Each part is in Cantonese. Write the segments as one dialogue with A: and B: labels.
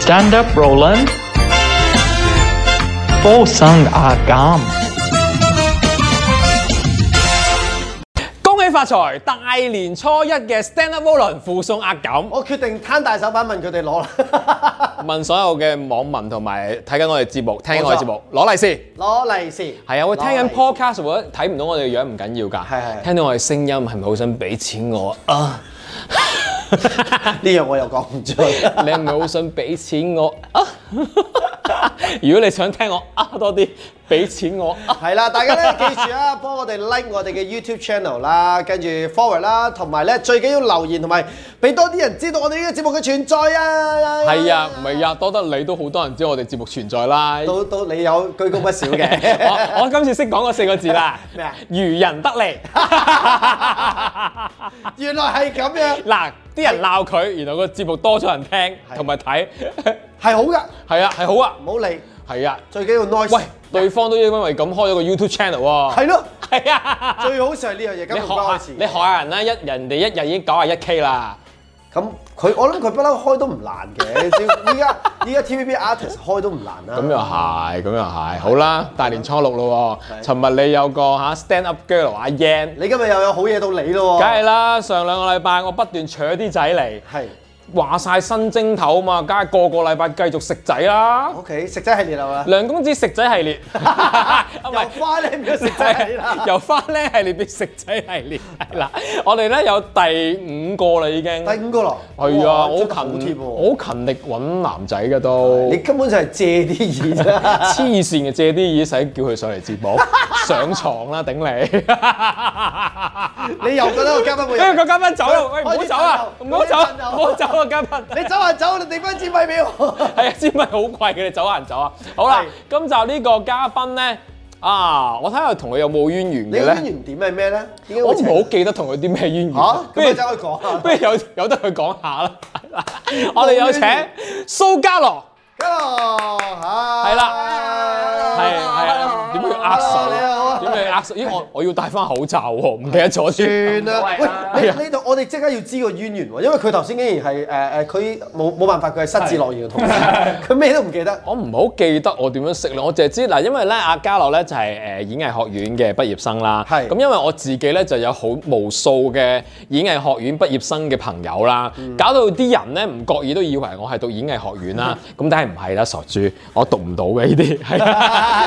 A: Stand up, Roland. Four sung agam.
B: 恭喜發財！大年初一嘅 Stand Up Roland 附送壓感，
C: 我決定攤大手板問佢哋攞啦，
B: 問所有嘅網民同埋睇緊我哋節目、聽緊我哋節目攞利是。
C: 攞利是。
B: 係啊，我聽
C: 攞利
B: 緊
C: 是
B: podcast，我覺得睇唔到我哋嘅樣唔緊要㗎。
C: 係係
B: 聽到我哋聲音係咪好想俾錢 我啊？
C: 呢樣我又講 唔出。
B: 你係咪好想俾錢我啊？如果你想聽我啊多啲，俾錢我啊！
C: 係啦，大家咧記住啊，幫我哋 like 我哋嘅 YouTube channel 啦，跟住 forward 啦，同埋咧最緊要留言同埋俾多啲人知道我哋呢個節目嘅存在啊！
B: 係啊，唔係啊，多得你都好多人知我哋節目存在 啦。
C: 到到你有居高不少 嘅。
B: 我我今次識講嗰四個字啦，
C: 咩啊
B: 漁人得 利。
C: 原來係咁樣，
B: 嗱，啲人鬧佢，然後個節目多咗人聽同埋睇，
C: 係好㗎，
B: 係啊，係好啊
C: 唔，好理，
B: 係啊。
C: 最緊要 noise。
B: 喂，對方都因為咁開咗個 YouTube channel 喎。
C: 係咯，
B: 係啊，
C: 最好上呢樣嘢，
B: 你
C: 咁
B: 學
C: 唔關我
B: 下
C: 事，
B: 你學下人啦，一人哋一日已經九廿一 K 啦。
C: 咁佢我諗佢不嬲開都唔難嘅，只要依家依家 TVB artist 開都唔難啊啦。
B: 咁又係，咁又係。好啦，大年初六咯喎。尋日你有個嚇 stand up girl 阿 Yan，
C: 你今日又有好嘢到你咯
B: 梗
C: 喎。
B: 係啦。上兩個禮拜我不斷扯啲仔嚟，
C: 係
B: 話晒新蒸頭嘛，梗係個個禮拜繼續食仔啦。
C: ，OK，食仔系列啦。
B: 梁公子食仔系 列，啊唔
C: 又
B: 係
C: 花咧唔咗食 仔系啦。
B: 由花靚系列變食仔系列，係啦，我哋咧有第五個啦已經。
C: 第五個咯。
B: 係啊，
C: 哇
B: 我
C: 真係好
B: 好
C: 貼
B: 勤，
C: 喎。
B: 我好勤力揾男仔嘅都
C: 你。根本就係借啲嘢 啫。
B: 黐線嘅，借啲嘢使叫佢上嚟節 目，上床啦頂哎你！
C: 你又覺得個嘉賓
B: 因
C: 會
B: 為
C: 有？
B: 個嘉賓走啦，喂唔好走啊，
C: 哎開始
B: 唔好走啊，
C: 噴
B: 唔
C: 頭
B: 好走啊嘉賓！
C: 你走啊走，你地翻支咪俾我。
B: 係啊，支咪好貴嘅，你走行走啊！好啦
C: 係，
B: 今集呢個嘉賓咧啊，我睇下同佢有冇淵源
C: 你
B: 嘅
C: 嘅
B: 咧
C: 淵。源點係咩咧？點解
B: 我
C: 會
B: 唔
C: 請
B: 好記得同佢啲咩淵源。啊
C: 嚇
B: 不
C: 咁咪
B: 如
C: 真係可以講啊
B: 不如有有得佢講下 啦。我哋有請蘇嘉樂，
C: ？Hello，係
B: 係啦，係係啊，點解要握手？
C: 你好啊
B: 點解要握手？咦，我我要戴翻口罩喎，唔記得咗
C: 算
B: 先。
C: 啦，
B: 係
C: 喂，
B: 啊
C: 你呢度我哋即刻要知個淵源喎，因為佢頭先竟然係誒誒，佢冇冇辦法，佢係失智樂園嘅同事， 佢咩都唔記得。
B: 我唔好記得我點樣識啦，我淨係知嗱，因為咧阿嘉樂咧就係、誒演藝學院嘅畢業生啦。
C: 係
B: 咁，因為我自己咧就有好無數嘅演藝學院畢業生嘅朋友啦，搞到啲人咧唔覺意都以為我係讀演藝學院啦。咁但係唔係啦，傻豬，我讀唔到嘅呢啲，係啊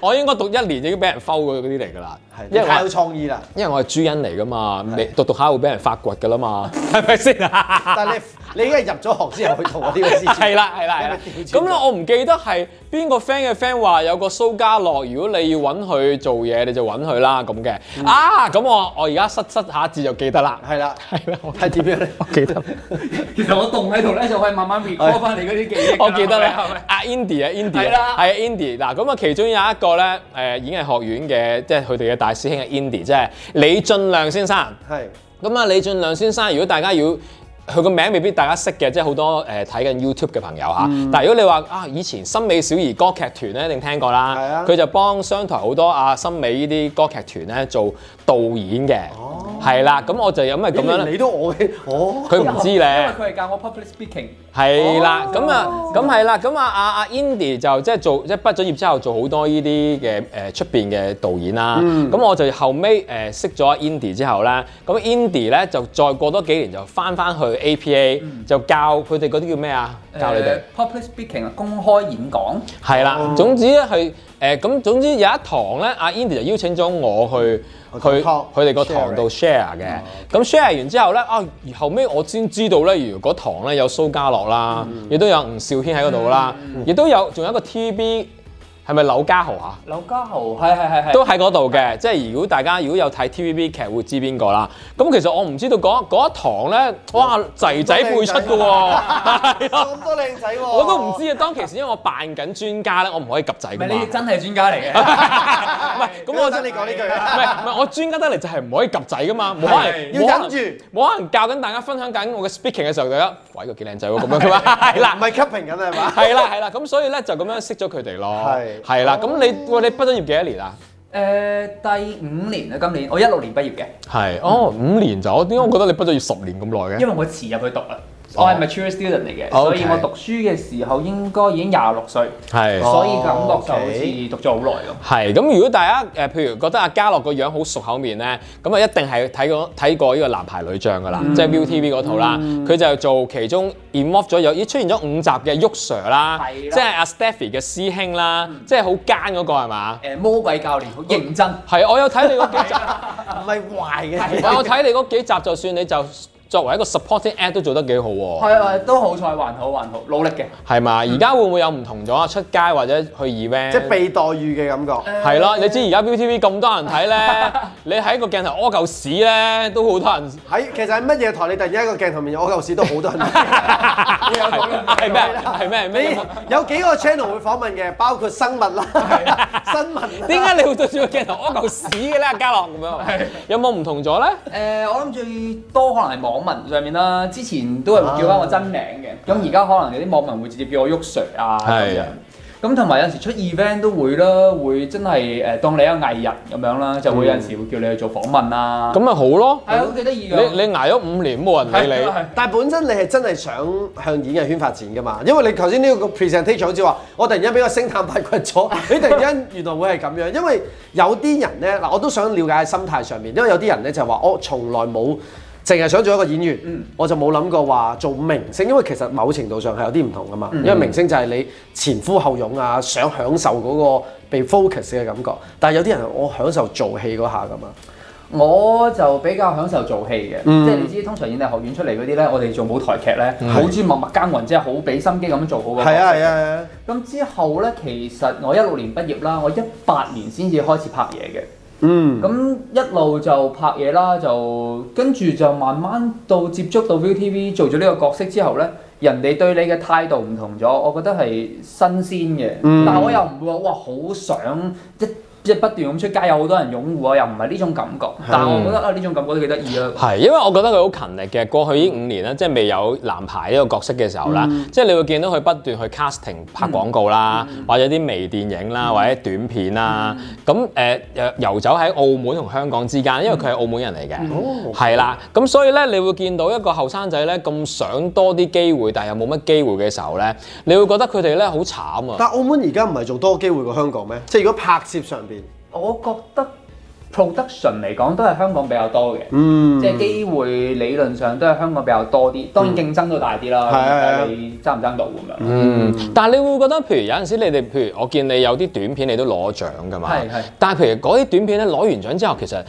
B: 我應該讀一年已經俾人摟嗰啲嚟㗎啦。
C: 係，
B: 因
C: 你
B: 為
C: 太有
B: 我
C: 創意啦！
B: 因為我係朱茵嚟㗎嘛，未讀讀下會俾人發掘㗎啦嘛，係咪先啊？
C: 但係你你而家入咗行之後去同我呢個師姐，
B: 係啦，係啦，係啦
C: 因為。調轉咗
B: 咁咧，我唔記得係邊個 friend 嘅 friend 話有個蘇家樂，如果你要揾佢做嘢，你就揾佢啦咁嘅。啊，咁我我而家失失下字就記得啦。
C: 係啦，
B: 係啦，我
C: 係點樣咧？
B: 我記得，
D: 其實我凍喺度咧，就可以慢慢 recall 翻你嗰哎啲記 憶㗎 啦。
B: 我記得咧
D: 係咪，
B: 阿 Indy 啊，Indy
D: 係
B: 啊
D: 啦
B: 係啊，Indy 嗱，咁啊，其中有一個咧，誒演藝學院嘅，即係佢哋嘅大師兄係 Indy，即係李俊亮先生。
C: 係
B: 咁啊，李俊亮先生，如果大家要佢個名未必大家識嘅，即係好多誒睇緊 YouTube 嘅朋友嚇。但係如果你話啊，以前森美小兒歌劇團咧，一定聽過
C: 係
B: 啦
C: 啊。
B: 佢、就幫商台好多啊森美呢啲歌劇團咧做導演嘅，係啦、咁我就因為咁樣
C: 咁
B: 咧，
C: 你都我嘅，哦，
B: 佢唔知
D: 因為
B: 咧。
D: 佢係教我 public speaking。
B: 係啦，咁啊，咁係啦，咁啊，阿阿 Indy 就即係做即係畢咗業之後做好多呢啲嘅誒出邊嘅導演啦。咁、我就後尾誒、呃、識咗阿 Indy 之後咧，咁 Indy 咧就再過多幾年就翻翻去 APA、就教佢哋嗰啲叫咩啊？教你哋
D: 誒 public speaking 啊，公開演講。
B: 係啦。總之咧係誒咁，總之有一堂咧，阿 Indy 就邀請咗我去
C: 去
B: 去
C: 堂
B: 佢哋個堂度 share 嘅。咁 share 完之後咧，啊後尾我先知道咧，如果堂咧有蘇家樂啦，亦都有吳兆軒喺嗰度啦，亦都有仲有一個 TVB 係咪柳家豪啊？
D: 柳家豪，係係係係。
B: 都喺嗰度嘅，即係如果大家如果有睇 TVB 劇會知邊個啦。咁其實我唔知道嗰嗰一堂咧，哇仔仔輩出嘅喎，係啊
C: 咁多靚仔 喎，
B: 我都唔知啊。當其時因為我扮緊專家咧，我唔可以及仔
D: 唔
B: 㗎
D: 係你
B: 嘛。
D: 真係專家嚟嘅。
B: 唔係，咁我
C: 等你講呢句
B: 唔
C: 啊，
B: 係唔係，我專家得嚟就係唔可以及仔噶嘛，冇可能
C: 係要
B: 冇可能
C: 忍住
B: 冇可能教緊大家分享緊我嘅 speaking 嘅時候，大家喂個幾靚仔喎咁樣噶嘛， 係
C: 唔
B: 啦。
C: 係 cupping 緊係嘛？
B: 係啦，係啦，咁所以咧就咁樣識咗佢哋咯，
C: 係哦
B: 係啦，咁你喂你畢咗業幾多年啊？
D: 誒第五年啊，今年我一六年畢業嘅，
B: 係，哦，五年就，我點解我覺得你畢咗業十年咁耐嘅？
D: 因為我遲入去讀啊。我係 mature student 嚟嘅，所以我讀書嘅時候應該已經廿六歲，
B: 係
D: 所以感覺就好
C: OK
D: 似讀咗好耐咁。
B: 係咁，如果大家誒、呃譬如覺得阿嘉樂個樣好熟口面咧，咁啊一定係睇過睇過呢個男排女將噶啦，即係 ViuTV 嗰套啦。佢、就做其中 involve 咗有咦出現咗五集嘅旭 Sir 啦，
D: 係啦
B: 即係阿 Stephy 嘅師兄啦，即係好奸嗰個係嘛？
D: 誒魔鬼教練好認真，
B: 係，我有睇你嗰幾集，
C: 唔係壞嘅。
B: 我有睇你嗰幾集，就算你就作為一個 supporting act 都做得幾好喎，
D: 係誒都好彩，還好還好，努力嘅。
B: 係嘛？而家會唔會有唔同咗啊？出街或者去 event？
C: 即係被待遇嘅感覺。
B: 係啦，你知而家 ViuTV 咁多人睇咧，你喺個鏡頭屙嚿屎咧，都好多人。
C: 喺其實喺乜嘢台？你突然間一個鏡頭面，我舊時都好多人睇。
B: 係咩？係咩？係咩？有冇
C: 你有幾個 channel 會訪問嘅，包括生物啦、新聞啦。
B: 啊點解你會對住個鏡頭屙嚿屎嘅咧？阿嘉樂咁樣，有冇唔同咗咧？
D: 誒、呃我諗最多可能係網民上面啦，之前都係會叫翻我真名嘅，咁而家可能有啲網民會直接叫我喐 Sir 啊咁
B: 係
D: 樣。咁同埋有陣時出 event 都會啦，會真係誒、呃當你一個藝人咁樣啦，就會有陣時會叫你去做訪問啊。
B: 咁咪好咯。
D: 係啊，好幾得意
B: 你
D: 㗎。
B: 你捱咗五年冇人理
D: 係
B: 你，
D: 係
C: 但係本身你係真係想向演藝圈發展㗎嘛？因為你頭先呢個 presentation 好似話，我突然間俾個星探發掘咗，你突然間原來會係咁樣。因為有啲人咧，嗱我都想了解喺心態上面，因為有啲人咧就係話，我從來冇淨係想做一個演員，我就冇諗過話做明星，因為其實某程度上係有啲唔同㗎嘛。因為明星就係你前呼後擁啊，想享受嗰個被 focus 嘅感覺。但係有啲人我享受做戲嗰下㗎嘛。
D: 我就比較享受做戲嘅，即係你知通常演藝學院出嚟嗰啲咧，我哋做舞台劇咧，好中意默默耕耘，即係好俾心機咁樣做好個角色。
C: 啊。
D: 咁之後咧，其實我一六年畢業啦，我一八年先至開始拍嘢嘅。
C: 嗯。
D: 咁一路就拍嘢啦，就跟住就慢慢到接觸到 ViuTV 做咗呢個角色之後咧，人哋對你嘅態度唔同咗，我覺得係新鮮嘅。
C: 嗯
D: 但係我又唔會話哇好想一。即係不斷咁出街，有好多人擁護啊我，又唔係呢種感覺。但係我覺得啊，呢種感覺都幾得意啊！
B: 係因為我覺得佢好勤力嘅。過去呢五年咧，即係未有男排呢個角色嘅時候啦，即係你會見到佢不斷去 casting 拍廣告啦，或者啲微電影啦，或者短片啦。咁誒誒遊走喺澳門同香港之間，因為佢係澳門人嚟嘅，係啦。咁所以咧，你會見到一個後生仔咧咁想多啲機會，但係又冇乜機會嘅時候咧，你會覺得佢哋咧好慘啊！
C: 但澳門而家唔係仲多機會過香港咩？即係如果拍攝上邊，
D: 我覺得 production 嚟講都係香港比較多嘅，
C: 嗯
D: 即係機會理論上都係香港比較多啲，當然競爭都大啲啦，
C: 係啊係啊
D: 睇你爭唔爭到咁樣。
B: 嗯，但係你會唔會覺得，譬如有陣時你哋，譬如我見你有啲短片你都攞獎㗎嘛，
D: 係係
B: 但係譬如嗰啲短片咧攞完獎之後，其實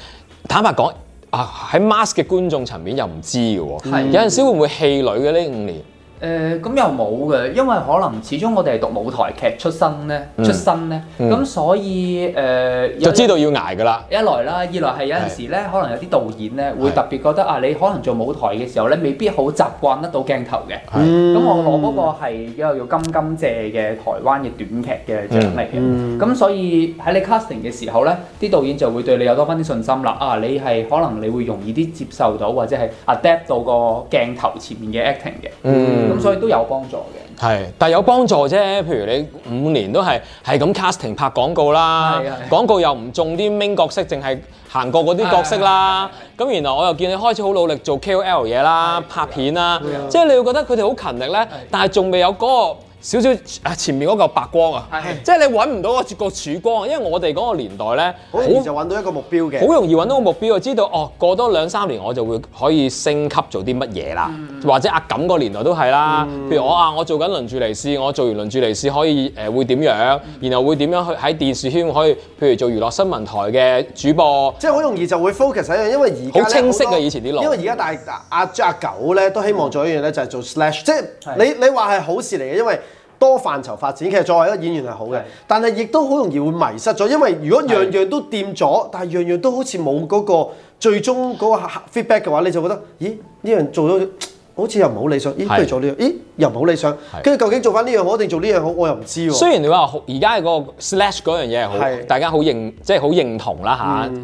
B: 坦白講啊，喺 mask 嘅觀眾層面又唔知嘅喎，
D: 係
B: 有陣時會唔會氣餒嘅呢五年？
D: 誒呃咁又冇嘅，因為可能始終我哋係讀舞台劇出身咧，出身咧，咁、所以誒、呃、有
B: 嗯就知道要捱㗎啦。
D: 一來啦，二來係有陣時咧，可能有啲導演咧會特別覺得啊，你可能做舞台嘅時候咧，未必好習慣得到鏡頭嘅。咁、我攞嗰個係一個叫金金借嘅台灣嘅短劇嘅獎嚟嘅。咁、所以喺你 casting 嘅時候咧，啲導演就會對你有多翻啲信心啦。啊，你係可能你會容易啲接受到，或者係 adapt 到個鏡頭前面嘅 acting 嘅。咁、
B: 嗯
D: 所以都有幫助嘅。
B: 係，但係有幫助啫。譬如你五年都係係咁 casting 拍廣告啦
D: 係係，
B: 廣告又唔中啲 main 角色，淨係行過嗰啲角色啦。咁原來我又見你開始好努力做 KOL 嘢啦，拍片啦，即係你會覺得佢哋好勤力咧，但係仲未有嗰個。少少啊！前面嗰嚿白光啊
D: 係，
B: 即係你揾唔到嗰個曙光啊，因為我哋嗰個年代咧，
C: 好容易就揾到一個目標嘅。
B: 好容易揾到個目標，就知道哦，過多兩三年我就會可以升級做啲乜嘢啦，或者阿錦個年代都係啦。譬如我啊，我做緊輪住嚟試，我做完輪住嚟試可以誒、呃、會點樣，然後會點樣去喺電視圈可以，譬如做娛樂新聞台嘅主播。
C: 即係好容易就會 focus 喺樣，因為而家呢
B: 好清晰啊
C: 多
B: 以前啲路
C: 因為而家大阿阿阿狗咧都希望做一樣咧，就係做
B: 嗯
C: slash，即係你你話係好事嚟嘅，因為多範疇發展。其實作為一個演員係好嘅，但係亦都好容易會迷失咗，因為如果樣樣都掂咗，但係樣樣都好似冇嗰個最終嗰個 feedback 嘅話，你就覺得咦呢樣做咗。好似又唔係好理想，咦？不如
B: 係
C: 做呢樣，咦？又唔係好理想，跟住究竟做翻呢樣好定做呢樣好，我又唔知喎。
B: 雖然你話好而家嗰個 slash 嗰樣嘢係好
C: 係，嗯
B: 大家好認即係好認同啦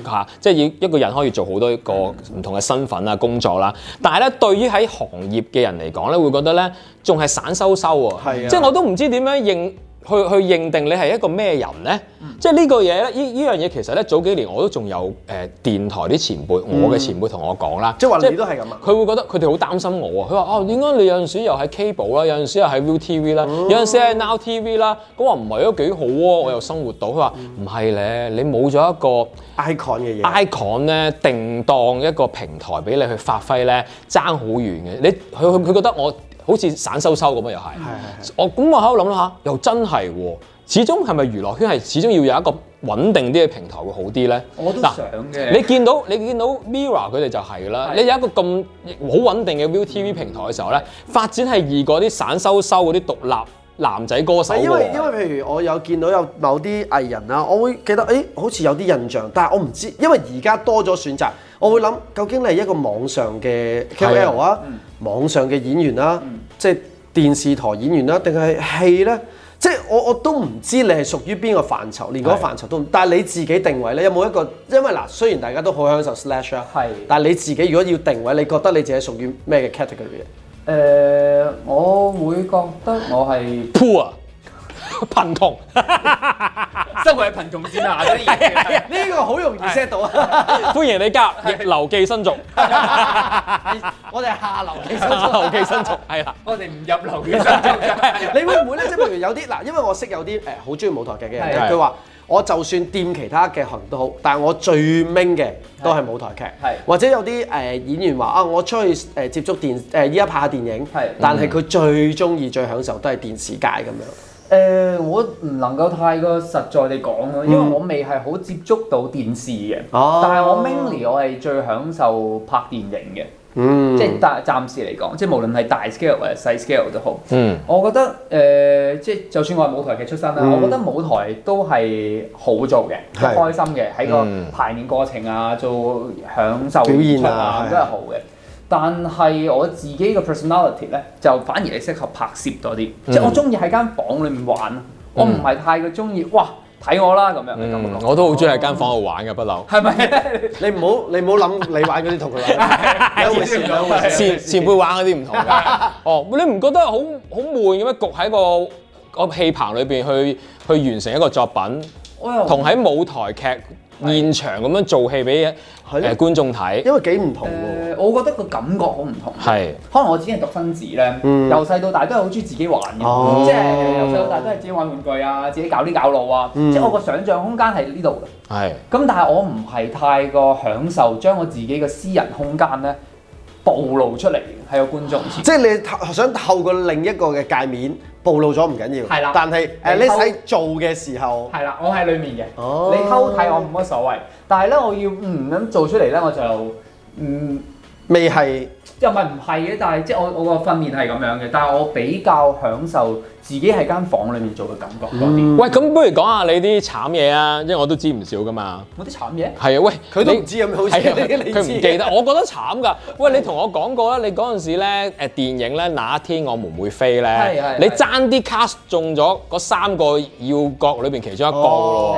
B: 吓，嚇即係要一個人可以做好多個唔同嘅身份啊工作啦。但係咧，對於喺行業嘅人嚟講咧，會覺得咧仲係散收收
C: 係啊
B: 喎，即係我都唔知點樣認。去去認定你係一個咩人咧？
C: 嗯
B: 即係呢個嘢咧，呢呢樣嘢其實咧，早幾年我都仲有誒、呃、電台啲前輩，
C: 嗯
B: 我嘅前輩同我講啦，
C: 即係話你都係咁啊
B: 佢會覺得佢哋好擔心我啊！佢話哦，點解你有陣時又喺 cable 啦，有陣時又喺 ViuTV 啦，有陣時喺 Now TV 啦？咁我話唔係啊都幾好喎，我又生活到。佢話唔係咧，你冇咗一個
C: icon 嘅嘢，
B: icon 咧，定當一個平台俾你去發揮咧，爭好遠嘅。你佢佢佢覺得我好似散收收咁啊，又係。我咁我喺度諗諗下，又真係喎。始終係咪娛樂圈係始終要有一個穩定啲嘅平台會好啲咧？
D: 我都
B: 嗱
D: 想嘅
B: 你見到你見到 Mira 佢哋就係啦，
D: 係
B: 你有一個咁好穩定嘅 ViuTV 平台嘅時候咧，發展係易過啲散收收嗰啲獨立男仔歌手
C: 係
B: 喎。
C: 因為因為譬如我有見到有某啲藝人啦，我會記得誒、咦好似有啲印象，但係我唔知，因為而家多咗選擇，我會諗究竟你係一個網上嘅
B: 係啊嗯
C: KOL 啊，網上嘅演員啦，即係電視台演員啦，啊定係戲咧？即係我我都唔知你係屬於邊個範疇，連嗰個
B: 係
C: 範疇都唔，但係你自己定位咧，有冇一個？因為嗱，雖然大家都好享受 slash 啊，
D: 係
C: 但係你自己如果要定位，你覺得你自己屬於咩嘅 category 嘅？
D: 誒、我會覺得我 係
B: poor 貧窮。
D: 生活喺貧窮線下 嘅嘢。
C: 呢個好容易 set 到啊！
B: 歡迎你加入逆流寄生族，
C: 我哋係下流 嘅生活
B: 流寄生族係啦，
D: 我哋唔入流嘅生活。
C: 你會唔會咧？即係譬如有啲嗱，因為我識有啲誒好中意舞台劇嘅人
B: 係
C: 咧，佢話我就算掂其他嘅行都好，但係我最 min 嘅都係舞台劇，
D: 係
C: 或者有啲誒、呃演員話啊，我出去誒、呃接觸電誒依家拍下電影
D: 係，
C: 但係佢最中意最享受都係電視界咁樣。
D: 誒、呃我唔能夠太過實在地講咯，因為我未係好接觸到電視嘅。
C: 哦
D: 但係我 mainly 我係最享受拍電影嘅，
C: 嗯，
D: 即係大暫時嚟講，即係無論係大 scale 或者細 scale 都好。
B: 嗯，
D: 我覺得誒、即係就算我係舞台劇出身啦，我覺得舞台都係好做嘅，
C: 嗯係
D: 開心嘅，喺個
B: 嗯
D: 排練過程啊，做享受
C: 表演啊
D: 演出啊，
C: 係
D: 都係好嘅。但係我自己嘅 personality 咧，就反而係適合拍攝多啲，
C: 嗯
D: 即係我中意喺間房裏面玩，我唔係太過中意哇睇我啦咁啊樣嘅感
B: 嗯
D: 覺。
B: 我都好中意喺間房度玩嘅，不嬲。
D: 係咪？
C: 你唔好你唔好諗你玩嗰啲同佢 玩兩回事兩回事。
B: 前前輩玩嗰啲唔同 㗎。哦，你唔覺得好好悶嘅咩？焗喺個個氣棚裏邊去去完成一個作品，
D: 我
C: 哦
D: 又
B: 同喺舞台劇現場咁樣做戲俾誒
C: 係咯
B: 觀眾睇，
C: 因為幾唔同
D: 誒、
C: 喎。
D: 呃我覺得個感覺好唔同。
B: 係
D: 可能我自己係獨生子咧，
C: 嗯
D: 由細到大都係好中意自己玩嘅，
C: 哦
D: 即係由細到大都係自己玩玩具啊，自己搞啲搞路啊，
C: 嗯
D: 即係我個想像空間喺呢度嘅。
B: 係。
D: 咁但係我唔係太過享受將我自己嘅私人空間咧暴露出嚟喺個觀眾前。
C: 即係你透想透過另一個嘅界面暴露咗唔緊要，
D: 係啦
C: 但係誒
D: 你
C: 你
D: 偷
C: 喺做嘅時候，
D: 係啦，我喺裡面嘅，
C: 哦
D: 你偷睇我冇乜所謂，但係咧我要嗯咁做出嚟咧我就嗯。
C: 未係
D: 又唔係唔係嘅，但係即係我我個訓練係咁樣嘅，但係我比較享受自己喺間房裡面做嘅感覺多
C: 嗯
D: 啲。
B: 喂，咁不如講下你啲慘嘢啊，因為我都知唔少㗎嘛。
D: 我啲慘嘢。
B: 係啊，喂，
C: 佢都
B: 你
C: 唔知咁好似
B: 係啊
C: 你你
B: 佢唔
C: 知
B: 記得，我覺得慘㗎。喂，你同我講過啦，你嗰陣時咧誒電影咧那一天我們會飛
D: 係
B: 咧
D: 係，
B: 你
D: 係
B: 爭啲 cast 中咗嗰三個要角裏邊其中一個咯
C: 哦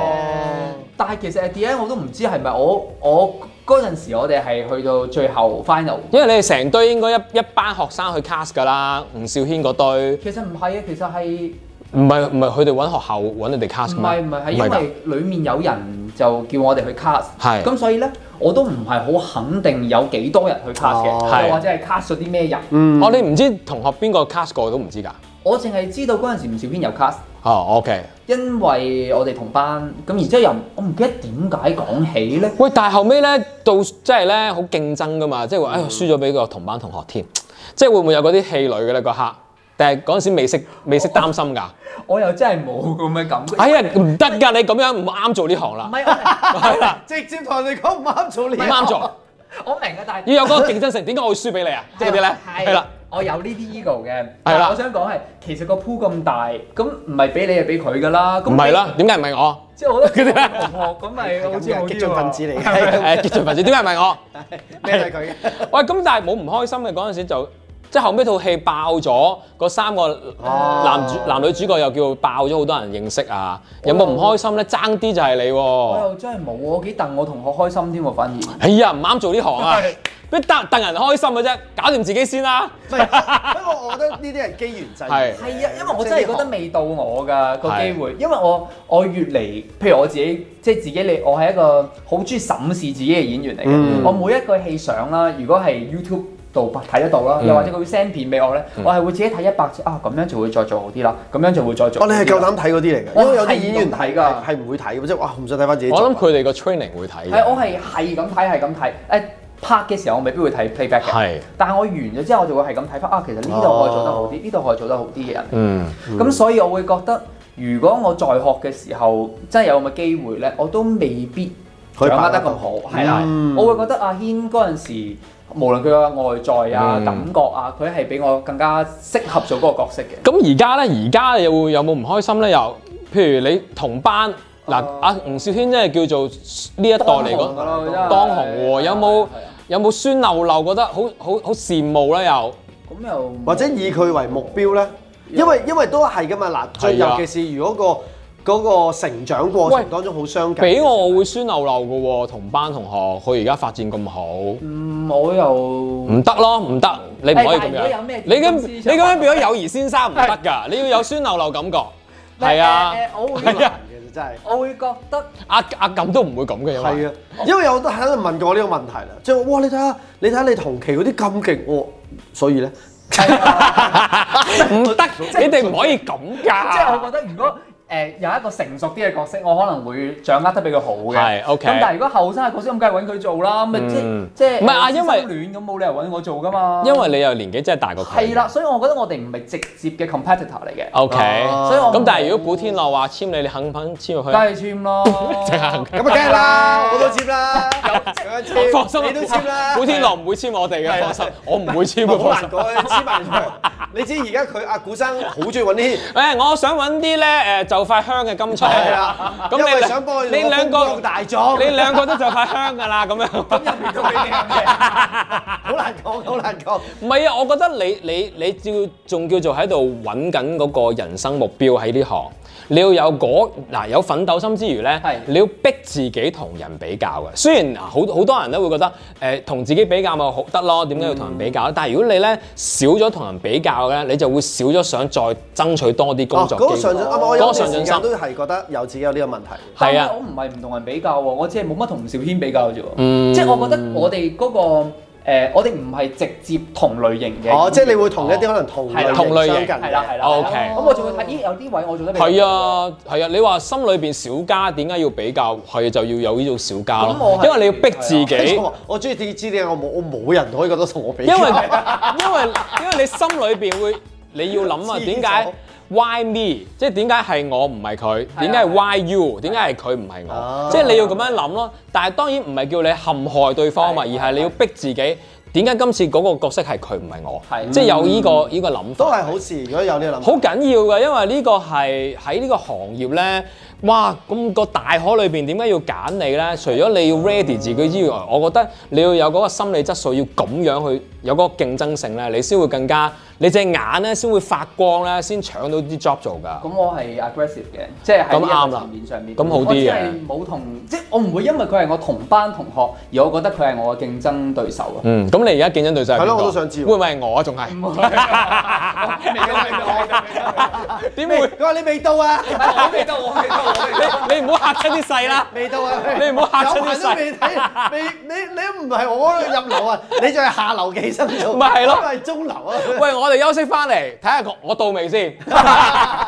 D: 但係其實 at the end 我都唔知係咪我我嗰陣時我哋係去到最後 final。
B: 喎。因為你哋成堆應該一一班學生去 cast 㗎啦，吳兆軒嗰堆，
D: 其實唔係啊，其實係
B: 唔係唔係佢哋揾學校揾你哋 cast 㗎
D: 唔
B: 嘛
D: 係唔係係
B: 唔
D: 因
B: 㗎
D: 為裡面有人就叫我哋去 cast，
B: 係
D: 咁所以咧我都唔係好肯定有幾多人去 cast
C: 哦
D: 嘅，又或者係 cast 咗啲咩人。
B: 哦，你唔知同學邊個 cast 過都唔知㗎。
D: 我淨係知道嗰陣時吳兆軒有 cast，
B: 哦，OK。
D: 因為我哋同班，咁然之後又唔我唔記得點解講起咧。
B: 喂，但係後尾咧，到即係咧好競爭噶嘛，即係話誒哎輸咗俾個同班同學添，即係會唔會有嗰啲氣餒嘅咧個客？但係嗰陣時未識未識擔心㗎。
D: 我又真係冇咁嘅感覺。
B: 哎呀，唔得㗎，你咁樣唔啱做呢行
D: 唔
B: 啦，
D: 係我
B: 係啦，
C: 直接同人哋講唔啱做呢
B: 唔
C: 行
B: 啱做，
D: 明， 我明啊，但係
B: 要有嗰個競爭性。點解我會輸俾你啊？即係嗰啲咧，係啦，，
D: 我有呢啲 ego 嘅。
B: 係啦
D: 但我想講係其實個 pool 咁大，咁唔係俾你係俾佢㗎啦。咁
B: 唔係啦，，點解唔係 我？
D: 即係我覺得同學咁咪好似
C: 咁
D: 好
C: 嘅
D: 啲
C: 激進分子
D: 喎
B: 誒
C: 嚟嘅，
B: 結罪分子點解唔係我？
C: 咩啊係佢嘅？
B: 喂，咁但係冇唔開心嘅嗰陣時就，即係後尾套戲爆咗，嗰三個
C: 哦
B: 男主男女主角又叫爆咗好多人認識啊，有冇唔開心咧？爭啲就係你
D: 我
B: 喎，
D: 又真係冇，我幾戥我同學開心添喎，反而。
B: 哎呀唔啱做呢行啊，咩得戥人開心嘅啫，搞掂自己先啦。
C: 唔係，不過我覺得呢啲係機緣際
B: 係
C: 遇。
D: 係啊，因為我真係覺得未到我㗎個機會，因為我我越嚟，譬如我自己，即係自己你，我係一個好中意審視自己嘅演員嚟嘅。
C: 嗯
D: 我每一句戲上啦，如果係 YouTube 度睇得到啦，
B: 嗯
D: 又或者佢會 send 片俾我咧，
C: 嗯
D: 我係會自己睇一百次啊，咁樣就會再做好啲啦，咁樣就會再做
C: 哦，
D: 好啲
C: 你
D: 啦。
C: 係夠膽睇嗰啲嚟嘅，
D: 我
C: 因為有啲
D: 係
C: 演員
D: 唔睇㗎
C: 係係唔會睇嘅，即係哇，唔想睇翻自己
B: 我
C: 作
B: 諗
C: 品。
B: 佢哋個 training 會睇嘅。
D: 係我係係咁睇，係咁睇。誒拍嘅時候，我未必會睇 playback 嘅。
B: 係
D: 但係我完咗之後，我就會係咁睇翻啊，其實呢度可以做得好啲，呢度可以做得好啲嘅人。
B: 嗯
D: 咁、所以我會覺得，如果我在學嘅時候真係有咁嘅機會咧，我都未必
C: 可
D: 掌
C: 以
D: 握得
C: 把握
D: 咁
C: 到
D: 好，係啦、
C: 嗯
D: 我會覺得阿軒嗰陣時，無論佢嘅外在啊、
B: 嗯
D: 感覺啊，佢係比我更加適合做嗰個角色嘅。
B: 咁而家咧，而家你會有冇唔開心咧？又譬如你同班嗱，
D: 哦
B: 阿吳兆軒真係叫做呢一代嚟講
D: 㗎啦真係
B: 當紅喎，有冇
D: 係啊
B: 有冇酸溜溜覺得好好好羨慕咧？又
D: 咁又冇
C: 或者以佢為目標咧，因為因為都係噶嘛嗱，
B: 係
C: 最尤
B: 啊
C: 其是如果個嗰個成長過
B: 喂
C: 程當中好相近，
B: 俾我會酸溜溜嘅喎，同班同學佢而家發展咁好，
D: 嗯我又
B: 唔得咯，唔得，你唔可以咁
D: 但係如果有
B: 樣
D: 咩。
B: 你咁
D: 公司
B: 你
D: 就
B: 咁樣變咗友誼先生唔得㗎，你要有酸溜溜感覺。係啊
D: 誒，誒誒我
C: 係
D: 會
C: 啊，其實真係。
D: 我會覺得。
B: 阿阿咁都唔會咁嘅，因為
C: 係啊，因為有得喺度問過我呢個問題啦，即係話哇，你睇下，你睇下你同期嗰啲咁勁，我所以咧，啊
B: 唔得，你哋唔可以咁㗎。
D: 即係我覺得如果誒、有一個成熟啲嘅角色，我可能會掌握得比佢好嘅。
B: 係，OK
D: 咁但係如果後生嘅角色，咁梗係揾佢做啦。咪、
B: 嗯
D: 即即係
B: 唔係啊
D: 師
B: 因為
D: 生戀咁冇理由揾我做噶嘛。
B: 因為你又年紀真係大過佢。
D: 係啦，所以我覺得我哋唔係直接嘅 competitor 嚟嘅。
B: O K，
C: 哦
D: 所以我
B: 咁但係如果古天樂話簽你，你肯唔肯簽入
D: 梗
B: 去啊？
D: 係 簽咯，
B: 即係
C: 咁 啊梗係啦，我都接啦，有有
B: 放心，
C: 你都接啦，
B: 古天樂唔會簽我哋嘅，
C: 係
B: 放心，我唔會簽嘅，
C: 好
B: 放
C: 難
B: 心。
C: 講，黐埋佢。你知而家佢阿古生好中意揾呢啲。
B: 誒，我想揾啲咧誒就快香嘅金槍。
C: 係啦，
B: 咁
C: 因為
B: 你
C: 想幫佢
B: 你兩
C: 攞風光
B: 個，
C: 大作，
B: 你兩個都就快香㗎啦，咁樣。
D: 入面都俾你嘅。
C: 好難講，好難講。
B: 唔係啊，我覺得你你你叫仲叫做喺度揾緊嗰個人生目標喺呢行，你要有嗰嗱有奮鬥心之餘咧
D: 係，
B: 你要逼自己同人比較嘅。雖然嗱啊好好多人咧會覺得誒同、自己比較咪好得咯，點解要同人比較
C: 嗯
B: 咧？但係如果你咧少咗同人比較咧，你就會少咗想再爭取多啲工
C: 哦，
B: 作
C: 嗰個
B: 機
C: 上
B: 會。
C: 進啱啱我
B: 嗰個
C: 有
B: 上
C: 段
B: 進心
C: 時間都係覺得有自己有呢個問題。
B: 係
D: 但
B: 啊
D: 我唔係唔同人比較喎，我只係冇乜同邵軒比較啫喎。
B: 嗯
D: 即係我覺得我哋嗰、個、呃、我哋唔係直接同類型嘅。
C: 哦，即係你會同一啲可能同
D: 係啦
C: 類
B: 同類型
C: 型相近
D: 係啦係
C: 嘅。
D: 啦。
B: OK
D: 咁我就會睇，咦有啲位我做得比較好
B: 係啊，係啊！你話心裏邊小家點解要比較？係啊就要有呢種小家
D: 咁我
B: 咯，
D: 係
B: 因為你要逼自
C: 跟
B: 己
C: 住我。話我中意啲知啲，我冇我冇人可以覺得同我比
B: 因
C: 較。
B: 為因為因為你心裏邊會你要諗啊，
C: 黐咗
B: 點解 why me？即係點解係我唔係佢？點解係 why you？點解係佢唔係我
C: 啊？
B: 即係你要咁樣諗咯。但係當然唔係叫你陷害對方嘛，而
D: 係
B: 係你要逼自己。點解今次嗰個角色係佢唔係我？
D: 係
B: 即係有呢個呢個諗
C: 都
B: 法。
C: 係好事，如果有呢個諗法。
B: 好緊要嘅，因為呢個係喺呢個行業咧，哇！咁、個大海裏邊點解要揀你咧？除咗你要 ready 自己之外，我覺得你要有嗰個心理質素，要咁樣去有嗰個競爭性咧，你先會更加你隻眼咧先會發光咧，先搶到啲 job 做㗎。
D: 咁我係 aggressive 嘅，即係喺
B: 咁啱
D: 呢一個
B: 啦
D: 層面上面，
B: 咁好啲嘅
D: 我只係冇同，即係我唔會因為佢係我同班同學，而我覺得佢係我嘅競爭對手啊。
B: 嗯，咁你而家競爭對手係邊個
C: 係咯我都想知喎
B: 會唔會係我啊？仲係
D: 唔會 啊，未到，未到，未到，
B: 點
C: 喂
B: 會？
C: 佢話你未到啊，
D: 我未到，我未到，我未到。
B: 你你唔好嚇親啲細啦。
C: 未到啊，
B: 你唔好嚇親啲
C: 有眼都未睇，未你你都唔係我入流啊，你仲係下流寄生族，
B: 咪係咯
C: 我係中流啊。
B: 喂，我哋休息翻嚟睇下個我到未先，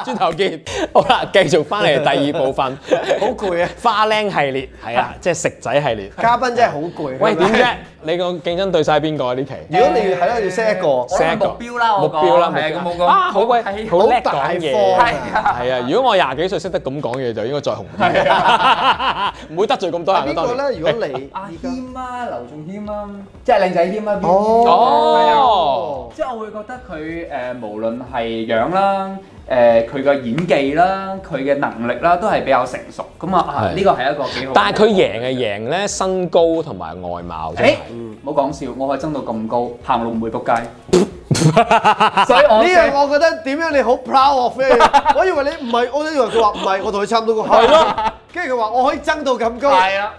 B: 轉頭見。好啦，繼續翻嚟第二部分，
C: 好攰啊！
B: 花靚系列係啦，即係食仔系列。
C: 嘉賓真係好攰。
B: 喂，點啫？你個競爭對手係邊個啊？呢期
C: 如果你要係啦，要 set 一個，
D: 我
B: set 一個
D: 目標啦，我
B: 目標啦，
D: 講係啊
B: 目
D: 咁
B: 標
D: 我講
B: 啊，好鬼
D: 係
B: 好叻
C: 好大
B: 講嘢，
C: 方啊
D: 係啊
B: 係啊！如果我廿幾歲識得咁講嘢，就應該再紅 啲，唔會得罪咁多人
C: 啊邊
B: 啦。當
C: 個
B: 然
C: 咧？如 果你
D: 阿
C: 而家
D: 謙啊，劉仲謙啊，即係靚仔謙啊。邊
C: 哦
B: 哦，
D: 即係我會覺得佢誒、呃、無論係樣啦，誒佢嘅演技啦，佢嘅能力啦，都係比較成熟。咁啊啊，
B: 係
D: 呢個係一個幾好。
B: 但係佢贏係贏咧身高同埋外貌啫
D: 誒。，唔好講笑，我可以增到咁高，行路唔會 仆街。所以我
C: 呢樣
D: 成
C: 我覺得點樣你好 proud of 咧？我以為你唔係，我都以為佢話唔係，我同佢差唔多高。
B: 係咯，
C: 跟住佢話我可以增到咁高。
D: 係啊，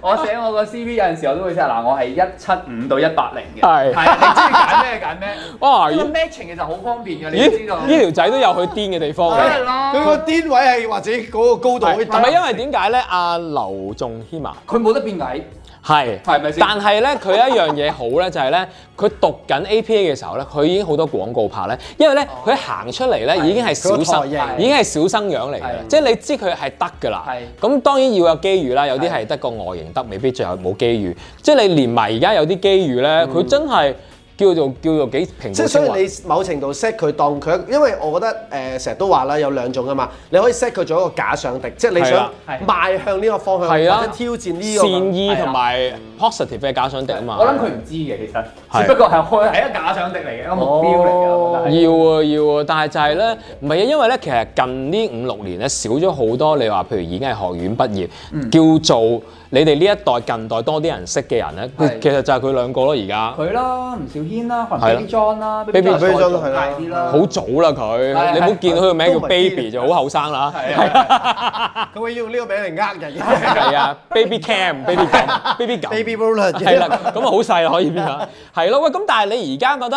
D: 我寫我個 CV 有陣時我都會寫嗱，我係一七五到一八零嘅，
B: 係
D: 係啊你中意揀咩揀咩。
B: 哇！
D: 因為
B: 咦
D: matching 其實好方便嘅，你都知
B: 咦
D: 道。
B: 呢條仔都有佢癲嘅地方
D: 梗
C: 啊
B: 嘅
D: 係。啦，
C: 佢個癲位係或者嗰個高度可以
B: 係咪因為點解咧？阿劉仲謙啊，
D: 佢冇得變矮，
B: 係。
D: 係咪先？
B: 但係咧，佢一樣嘢好咧，就係咧，佢讀緊 APA 嘅時候咧，佢已經好多廣告拍咧，因為咧佢行出嚟咧已經係小生
C: 佢個台，
D: 型
B: 已經係小生樣嚟嘅啦
D: 係，
B: 即係你知佢係得㗎啦
D: 係。
B: 咁當然要有機遇啦，有啲係得個外形得，未必最後冇機遇。即係你連埋而家有啲機遇咧，佢真係叫做叫做幾平
C: 即
B: 步
C: 係所
B: 青
C: 以
B: 雲。
C: 你某程度 set 佢當佢，因為我覺得誒成日都話啦，有兩種噶嘛，你可以 set 佢做一個假想敵，即係你
B: 係啦
C: 想
D: 係
C: 邁向呢個方向，
B: 係啦啊
C: 或者挑戰呢個方向
B: 善意同埋 positive 嘅假想敵啊嘛。
D: 我諗佢唔知嘅，其實
B: 係
D: 只不過係開係一個假想敵嚟嘅，一個目標嚟嘅，我覺得
B: 哦
D: 係。
B: 要啊要啊，但係就係咧，唔係啊，因為咧其實近呢五六年咧少咗好多你話譬如演藝學院畢業，
D: 嗯
B: 叫做你哋呢一代近代多啲人識嘅人咧，佢
D: 係
B: 其實就係佢兩個咯，而家
D: 佢啦，吳兆軒啦，可
B: 係啦
D: 能 Baby John 啦
B: Baby
D: John 再
C: John
D: 早
C: 係啦
D: 大啲啦，
B: 好早啦佢，
D: 係
B: 你唔好見佢個名叫
C: 都唔係啲
B: baby 就好後生啦，
D: 係啊
C: 佢會用呢個名嚟呃人 嘅
B: 係啊，baby cam baby cam baby 咁。
C: ，baby roller 嘅
B: 係啦，咁啊好細啦，可以變下。係咯，喂，咁但係你而家覺得，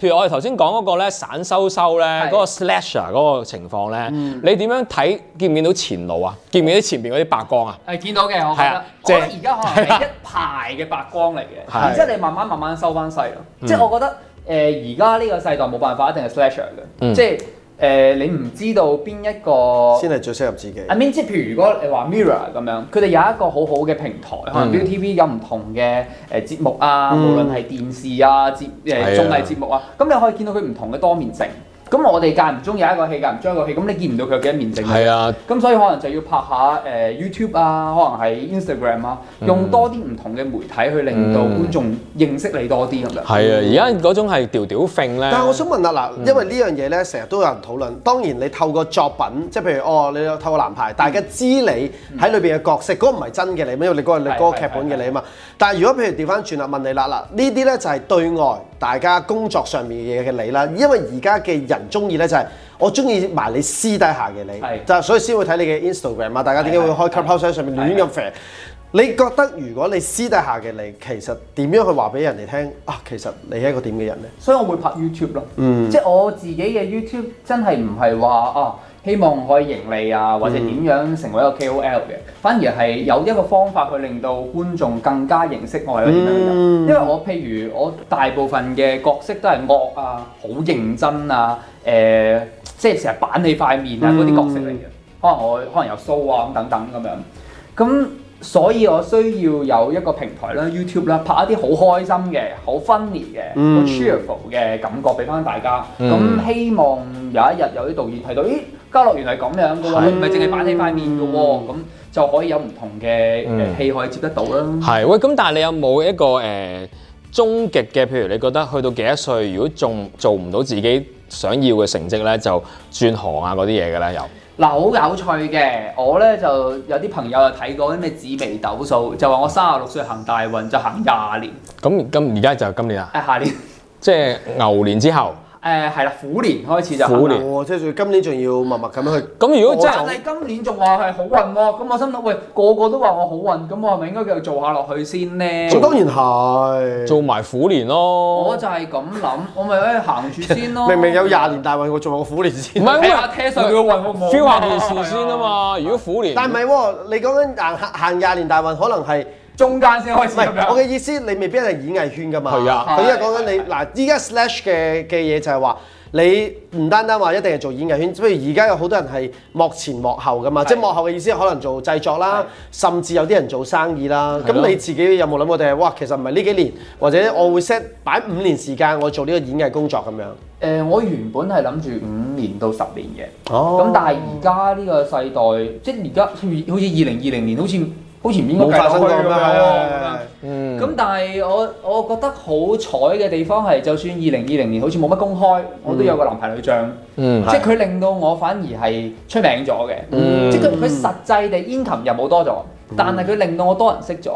B: 譬如我哋頭先講嗰個咧散收收咧，嗰個 slasher 嗰個情況咧，
C: 嗯
B: 你點樣睇？見唔見到前路啊？見唔見到前邊嗰啲白光啊？
D: 係見到嘅，我覺
B: 係
D: 得
B: 啊。
D: 我覺
B: 即係
D: 得
B: 啊
D: 而家可能係一排嘅白光嚟嘅，
B: 係嗯
D: 然之後你慢慢慢慢收翻細咯。即係我覺得呃誒，而家呢個世代冇辦法一定係 slasher
B: 嗯
D: 嘅，即係誒你唔知道邊一個
C: 先係最適合自己
D: I。mean，即係譬如如果你話 Mirror 咁樣，佢哋有一個好好嘅平台，可能
B: 嗯
D: ViuTV 有唔同嘅誒節目啊，
C: 嗯
D: 無論係電視啊、節
B: 係啊
D: 誒綜藝節目啊，咁你可以見到佢唔同嘅多面性。咁我哋間唔中有一個戲，間唔中有一個戲，咁你見唔到佢有幾多面性嘅？
B: 啊，
D: 咁所以可能就要拍下誒、呃 YouTube 啊，可能係 Instagram 啊，用多啲唔同嘅媒體去令到
B: 嗯
D: 觀眾認識你多啲咁
B: 係
D: 樣。
B: 啊，而家嗰種係調調揈咧。
C: 但係我想問啊，
D: 嗯
C: 嗱，因為呢樣嘢咧，成日都有人討論。當然你透過作品，即係譬如哦，你有透過男
D: 嗯
C: 排，大家知你喺裏邊嘅角色，嗰、個唔係真嘅你，因為你嗰個你
D: 係
C: 嗰個劇本嘅你啊嘛。但係如果譬如調翻轉啦，問你啦，嗱，呢啲咧就係對外大家工作上面嘅嘢嘅你啦，因為而家嘅人中意咧就係、我中意埋你私底下嘅你
D: 係，
C: 就所以先會睇你嘅 Instagram 啊，大家點解會開 Clubhouse 喺上面亂咁肥？你覺得如果你私底下嘅你，其實點樣去話俾人哋聽啊？其實你係一個點嘅人咧？
D: 所以我會拍 YouTube 咯，即係我自己嘅 YouTube 真係唔係話啊，希望可以盈利啊，或者點樣成為一個 KOL 嘅，反而係有一個方法去令到觀眾更加認識我係一個點樣嘅人。因為我譬如我大部分嘅角色都係惡啊，好認真啊，誒、即係成日板起塊面啊嗰啲角色嚟嘅，可能我可能有 show 啊咁等等咁樣。咁所以我需要有一個平台啦，YouTube 啦，拍一啲好開心嘅、好 funny 嘅、好、
C: 嗯
D: cheerful 嘅感覺俾翻大家。咁、
B: 嗯
D: 希望有一日有啲導演睇到，咦，家樂原來係咁樣嘅
B: 係
D: 喎，唔係淨係板起塊面嘅喎，咁就可以有唔同嘅
B: 嗯
D: 誒戲可以接得到啦。
B: 係喂，咁但係你有冇一個誒、呃、終極嘅？譬如你覺得去到幾多歲，如果仲做唔到自己想要嘅成績咧，就轉行啊嗰啲嘢嘅咧又。
D: 嗱，好有趣嘅，我咧就有啲朋友就睇過啲咩紫微斗數，就話我三十六歲行大運就行廿年，哎
B: 咁咁而家就今年啊，
D: 誒下年
B: 即係牛年之後。
D: 誒係啦，虎年開始就行
B: 虎
D: 啦
B: 年
C: 哦，即係仲要今年仲要默默咁樣去。
B: 咁如果真係
D: 但係今年仲話係好運喎、咁我心諗喂，個個都話我好運，咁我係咪應該繼續做下落去先呢？
C: 咁當然係，
B: 嗯做埋虎年
D: 我
B: 咯，
D: 就係咁諗，我咪喺度行住先咯。
C: 哦
D: 啊
C: 明明有廿年大運，我做個虎年先
B: 唔。係啊
D: 睇下聽上去嘅運好唔好
B: feel 下件事先啊嘛。如果虎年，
C: 但唔係喎，你講緊啊行行廿年大運，可能係
D: 中間先開
C: 唔
D: 始咁
C: 係我
D: 樣。
C: 嘅意思？你未必係演藝圈噶嘛。
B: 嗯係啊
C: 佢依家講緊
D: 係
C: 你嗱，依家 slash 嘅嘅嘢就係話。你唔單單話一定係做演藝圈，不如而家有好多人係幕前幕後噶嘛，
D: 係
C: 即係幕後嘅意思可能做製作啦，甚至有啲人做生意啦。
B: 係咯
C: 咁你自己有冇諗過定係哇？其實唔係呢幾年，或者我會 set 擺五年時間，我做呢個演藝工作咁樣。
D: 誒、我原本係諗住五年到十年嘅，
C: 哦
D: 咁、但係而家呢個世代，即係而家好似好似二零二零年，好似好似唔應該
C: 冇
D: 繼
C: 發
D: 續
C: 生過
D: 去咁
C: 咁樣
D: 樣喎
C: 係
D: 咁樣。
B: 嗯，
D: 咁但係我我覺得好彩嘅地方係，就算二零二零年好似冇乜公開，我都有個男排女將，
B: 嗯
D: 即係佢令到我反而係出名咗嘅，
B: 嗯
D: 即係佢佢實際地 income 又冇多咗，但係佢令到我多人識咗。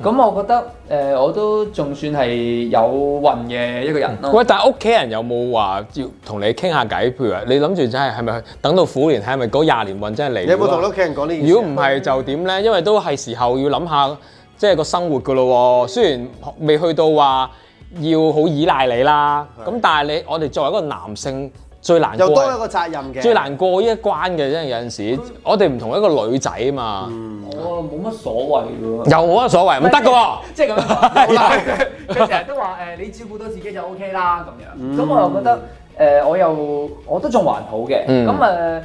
D: 咁
B: 嗯
D: 我覺得誒、呃我都仲算係有運嘅一個人咯。
B: 喂，但係屋企人有冇話要同你傾下偈？譬如話，你諗住真係係咪等到虎年，係咪嗰廿年運真係嚟？
C: 你有冇同你屋企人講呢件事啊？
B: 如果唔係就點咧？因為都係時候要諗下即係個生活噶咯喎。雖然未去到話要好依賴你啦，咁但係你我哋作為一個男性最難
C: 又
B: 過
C: 多
B: 係
C: 一個責任嘅。
B: 最難過呢一關嘅，真係有陣時我哋唔同一個女仔啊嘛，
D: 嗯我冇乜所謂喎。
B: 又冇乜所謂，唔得噶喎。啊
D: 即係咁樣講好啦，佢成日都話誒，你照顧到自己就 O K 啦咁樣。
B: 嗯
D: 咁我又覺得誒，我又我都仲還好嘅。
B: 嗯
D: 咁誒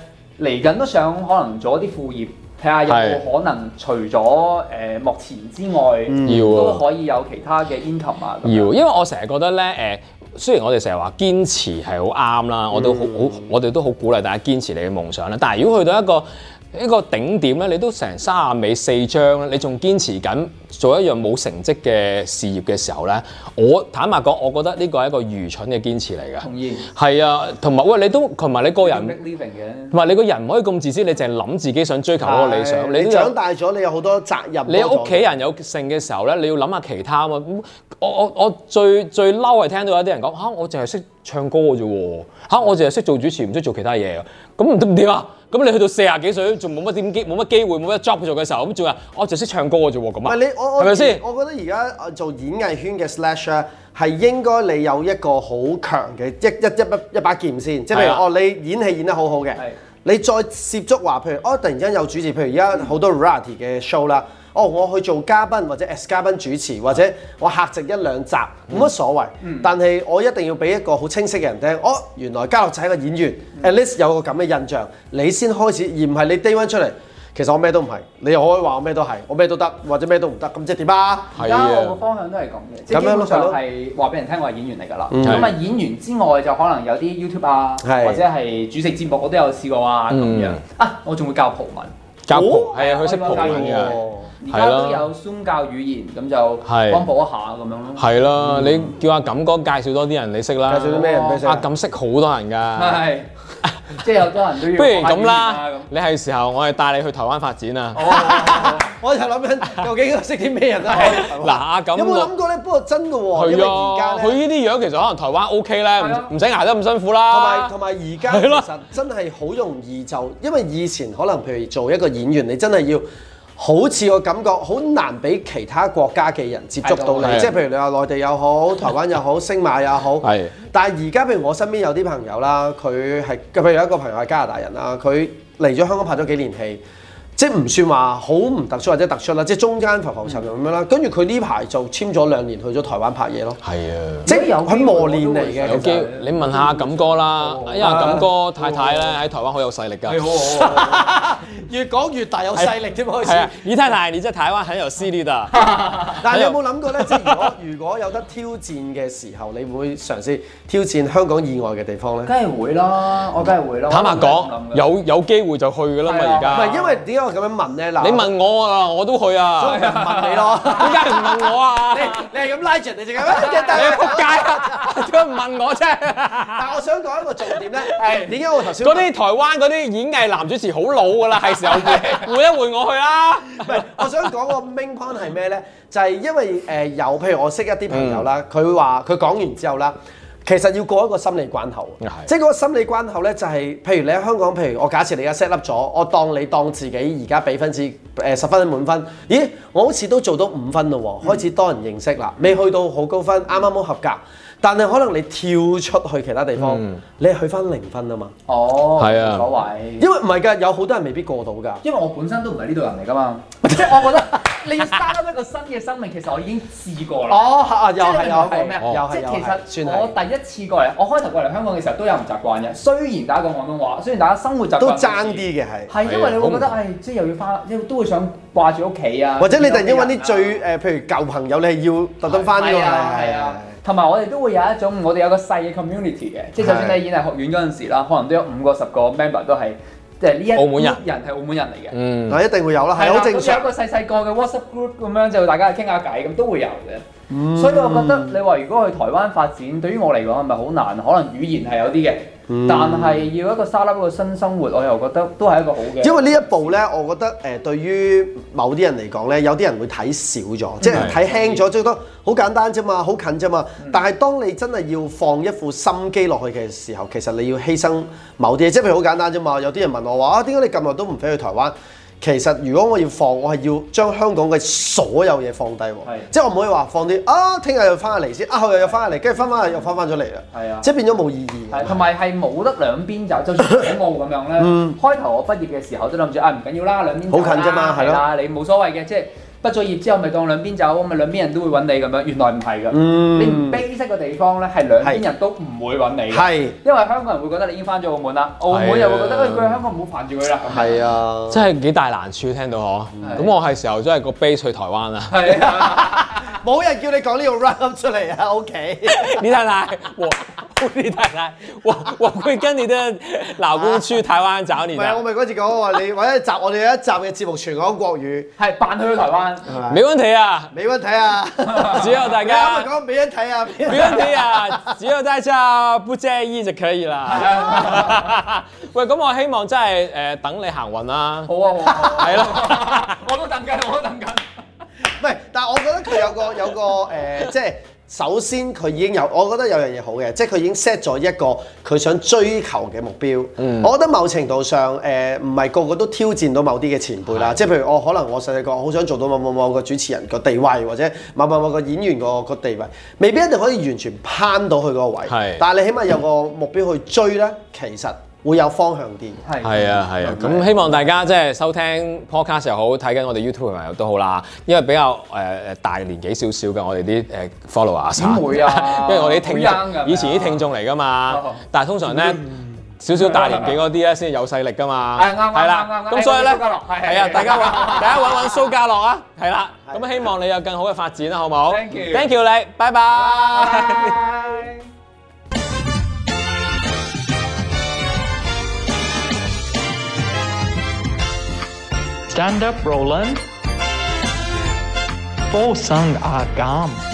D: 嚟緊都想可能做一啲副業，睇下有冇可能除咗誒幕前之外，
B: 要啊
D: 都可以有其他嘅 income 啊。咁樣
B: 要，因為我成日覺得咧，誒、雖然我哋成日話堅持係好啱啦，我都好好，我哋都好鼓勵大家堅持你嘅夢想啦。但係如果去到一個一個頂點咧，你都成三十尾四張咧，你仲堅持緊做一樣冇成績嘅事業嘅時候咧，我坦白講，我覺得呢個係一個愚蠢嘅堅持嚟
D: 同
B: 嘅。
D: 意。
B: 係啊，同埋喂，你都同埋你個
D: make
B: 人，
D: living 嘅。
B: 同埋你個人唔可以咁自私，你淨係諗自己想追求嗰個理
C: 係
B: 想，都
C: 你
B: 有
C: 長大咗，你有好多責任。
B: 你有屋企人有性嘅時候咧，你要諗下其他啊嘛。咁我我我最最嬲係聽到有啲人講嚇、我淨係識唱歌嘅啫喎，嚇、我淨係識做主持，唔識做其他嘢嘅。咁唔得唔掂啊？咁你去到四廿幾歲，仲冇乜點機，冇乜機會，冇乜 job 做嘅時候，咁仲話我就識唱歌嘅啫喎，咁
C: 唔
B: 啊
C: 係，你我我
B: 係咪先？
C: 我覺得而家呃做演藝圈嘅 slash 咧，係應該你有一個好強嘅一一一把一把劍先，即係譬
B: 係啊
C: 如哦，你演戲演得好好嘅
D: 係，
C: 你再涉足話譬如哦，突然間有主持，譬如而家
B: 嗯
C: 好多 variety 嘅 show 啦。哦，我去做嘉賓或者 as 嘉賓主持，或者我客席一兩集，冇
B: 嗯
C: 乜所謂。但係我一定要俾一個好清晰嘅人聽，哦，原來嘉樂仔係個演員、at
B: 嗯
C: least 有個咁嘅印象，你先開始，而唔係你 day one 出嚟。其實我咩都唔係，你又可以話我咩都係，我咩都得，或者咩都唔得，咁即係點啊？
D: 而
B: 係
D: 家我個
B: 啊，
D: 方向都係咁嘅，即係
C: 咁樣
D: 基
C: 咯
D: 本
C: 係
D: 上
C: 咯
D: 係話俾人聽我係演員嚟㗎啦。
C: 嗯
D: 咁啊演員之外就可能有啲 YouTube 啊，
C: 係
D: 或者係主持節目我都有試過啊咁
B: 嗯
D: 樣。啊，我仲會教葡文，
B: 教
C: 哦
B: 葡係啊，佢識葡文
D: 係
B: 嘅
D: 啊。而家都有 Zoom 教語言，咁就
B: 係
D: 幫補一下咁樣咯。
B: 係啦，你叫阿錦哥介紹多啲人你識啦。
C: 介紹啲咩人俾你識
B: 阿
C: 啊？
B: 錦識好多人㗎。
D: 係，即係有多人都要。
B: 不如咁啦，你係時候我係帶你去台灣發展啊。
C: 哦我就諗 緊究竟我識啲咩人啊？
B: 嗱，阿錦
C: 有冇
B: 我
C: 諗過咧？不過真嘅喎，因為
B: 係
C: 而
B: 啊，
C: 家
B: 佢
C: 咧，
B: 呢啲樣其實可能台灣 OK 咧，
D: 係啊
B: 唔唔使捱得咁辛苦
C: 同埋
B: 啦。
C: 同埋而家
B: 啊係咯
C: 其實真係好容易就，因為以前可能譬如做一個演員，你真係要。好似我感覺好難俾其他國家嘅人接觸到
B: 係啊
C: 你，即係譬如你話內地又好、台灣又好、星馬又好，
B: 係
C: 但係而家譬如我身邊有啲朋友啦，佢係譬如有一個朋友係加拿大人啦，佢嚟咗香港拍咗幾年戲，即係唔算話好唔突出或者突出啦，即係中間浮浮沉沉咁樣啦。跟住佢呢排就簽咗兩年去咗台灣拍嘢咯，
B: 係啊，
C: 即係
D: 有機會
C: 佢磨練嚟
B: 有
C: 嘅。其
B: 機
C: 實哦
B: 會你問下阿錦哥啦，因為阿錦哥太太咧喺台灣好有勢力
D: 啊
B: 㗎。
C: 越講越大有勢力添開
B: 係啊
C: 始。，
B: 你太太，你在台灣很有勢力的。啊
C: 但係你有冇諗過咧？即係如果 如果有得挑戰嘅時候，你會嘗試挑戰香港以外嘅地方咧？
D: 梗係會啦，我梗係會啦。
B: 坦白講
D: 我都係咁，㗎
B: 有有機會就去㗎啦嘛，
D: 係啊
B: 而
C: 唔
B: 家。
C: 係因為點解我咁樣問咧？嗱，
B: 你問我啊，我都去啊。
C: 唔問你咯？
B: 點解唔問我啊？你
C: 你係咁拉 住人哋就咁
B: 你仆街啊！點解唔問我啫？
C: 但我想講一個重點咧，係點解我頭先
B: 嗰啲台灣嗰啲演藝男主持好老㗎 啦，係時候換換一換我去啦。
C: 唔係，我想講個 main point 係咩咧？就係、因為誒、呃有，譬如我識一啲朋友啦，佢話佢講完之後啦。其實要過一個心理關口
B: 係，
C: 即係嗰個心理關口咧，就係、譬如你喺香港，譬如我假設你而家 set up 咗，我當你當自己而家俾分至誒十分滿分，咦，我好似都做到五分咯喎，開始多人認識啦，未去到好高分，啱啱好合格，但係可能你跳出去其他地方，你係去翻零分啊嘛，
D: 哦，
B: 係啊
D: 冇所謂。
C: 因為唔係㗎，有好多人未必過到㗎。
D: 因為我本身都唔係呢度人嚟噶嘛， 即係我覺得你要 start up 一個新嘅生命，其實我已經試過啦。
C: 哦，啊又
D: 即係
C: 係
D: 你
C: 又
D: 明我講
C: 係
D: 咩啊
C: 又係
D: 即
C: 又係，
D: 係其
C: 算
D: 實
C: 係
D: 我。第一次過嚟，我開頭過嚟香港嘅時候都有唔習慣嘅。雖然大家講廣東話，雖然大家生活習慣
C: 都爭啲，嘅係，
D: 係因為你會覺得
B: 係
D: 誒，即係又要翻，即係都會想掛住屋企啊。
C: 或者你突然間揾啲
D: 見
C: 最誒，譬如舊朋友，你係要
D: 到屋企人啊
C: 特登翻㗎
D: 係
C: 嘛
D: 啊，係啊。同埋我哋都會有一種，我哋有個細嘅 community 嘅，即係就算
C: 係
D: 你演藝學院嗰陣時啦，可能都有五個十個 member 都係，即係呢一
B: 澳門人
D: group 人係澳門人嚟嘅。
B: 嗯。
C: 嗱一定會有啦，係
D: 啦
C: 好正
D: 咁有
C: 常
D: 一。個細細個嘅 WhatsApp group 咁樣，就大家傾下偈咁都會有嘅。
C: 嗯
D: 所以我覺得你話如果去台灣發展，對於我嚟講係咪好難？可能語言係有啲嘅，
C: 嗯
D: 但係要一個沙粒一個新生活，我又覺得都係一個好嘅。
C: 因為呢一步咧，我覺得誒對於某啲人嚟講咧，有啲人會睇少咗，即係睇輕咗，最多好簡單啫嘛，好近啫嘛。但係當你真係要放一副心機落去嘅時候，其實你要犧牲某啲嘢，即係譬如好簡單啫嘛。有啲人問我話啊，點解你咁耐都唔飛去台灣？其實如果我要放，我係要將香港嘅所有嘢放低喎
D: 係，
C: 即係我唔可以話放啲啊，聽日又翻嚟先，啊後日又翻嚟，跟住翻翻又翻翻咗嚟啦，
D: 係啊
C: 即係變咗冇意義嘅。
D: 係，同埋係冇得兩邊走，就算港澳咁樣咧，開頭我畢業嘅時候都諗住啊唔緊要啦，兩邊走
C: 嗯
D: 啦
C: 好近啫嘛係咯
D: 啦，你冇所謂嘅，即係畢咗業之後咪當兩邊走，咁咪兩邊人都會揾你咁樣。原來唔係㗎，
C: 嗯
D: 你唔悲戚嘅地方咧係兩邊人都唔會揾你嘅，
C: 係
D: 因為香港人會覺得你已經翻咗澳門啦，澳門又會覺得誒佢喺香港唔好煩住佢啦。咁樣
C: 係啊，
B: 真啊係幾大難處，聽到我。
C: 嗯
D: 係
B: 咁我係時候真係個 base 去台灣啦。
D: 係啊，
C: 冇人叫你講呢個 round 出嚟啊，OK。
B: 你太太，我，你太太，我我會跟你的老公去台灣找你
C: 啊唔係，我
B: 的。
C: 咪嗰次講我話你揾一集，我哋有一集嘅節目全講國語，
D: 係扮去台灣，
C: 係咪？
B: 沒問題啊，
C: 美温睇啊，
B: 只要大
C: 你啱
B: 家
C: 咪，講美恩睇啊，
B: 沒問題啊，只要大家不介意就可以 啊啦。喂，咁我希望真係誒、呃等你行運啦。
D: 好啊好啊好啊，
B: 係咯，
D: 我都等緊，我都等緊。
C: 唔係，但係我覺得佢有個有個誒、呃即係首先佢已經有，我覺得有樣嘢好嘅，即係佢已經 set 咗一個佢想追求嘅目標。我覺得某程度上誒，唔係個個都挑戰到某啲嘅前輩啦，即係譬如我可能我細細個好想做到某某某個主持人個地位，或者某某某個演員個個地位，未必一定可以完全攀到佢嗰個
B: 係
C: 位，但係你起碼有個目標去追咧，其實會有方向啲。
B: 係啊係
D: 嗯
B: 啊，咁希望大家即係收聽 podcast 又好，睇緊我哋 YouTube 嘅朋友都好啦，因為比較誒誒、呃大年紀少少嘅我哋啲誒 followers
D: 點會啊
B: 因為我哋啲聽
D: 好 young 㗎
B: 眾以前啲聽眾嚟噶嘛
D: 哦，嗯
B: 但係通常咧。少少大年紀嗰啲咧先有勢力噶嘛，
D: 係啱啱
B: 係啦
D: 啱，啱
B: 咁所以咧，
D: 蘇家樂係係
B: 係啊，
D: 係
B: 大 家揾大家揾揾蘇家樂啊，係啦，咁希望你有更好嘅發展啊啦，好唔好
D: Thank you
B: you 你，拜拜。
D: 拜。
A: Stand up, Roland. Forsan agam.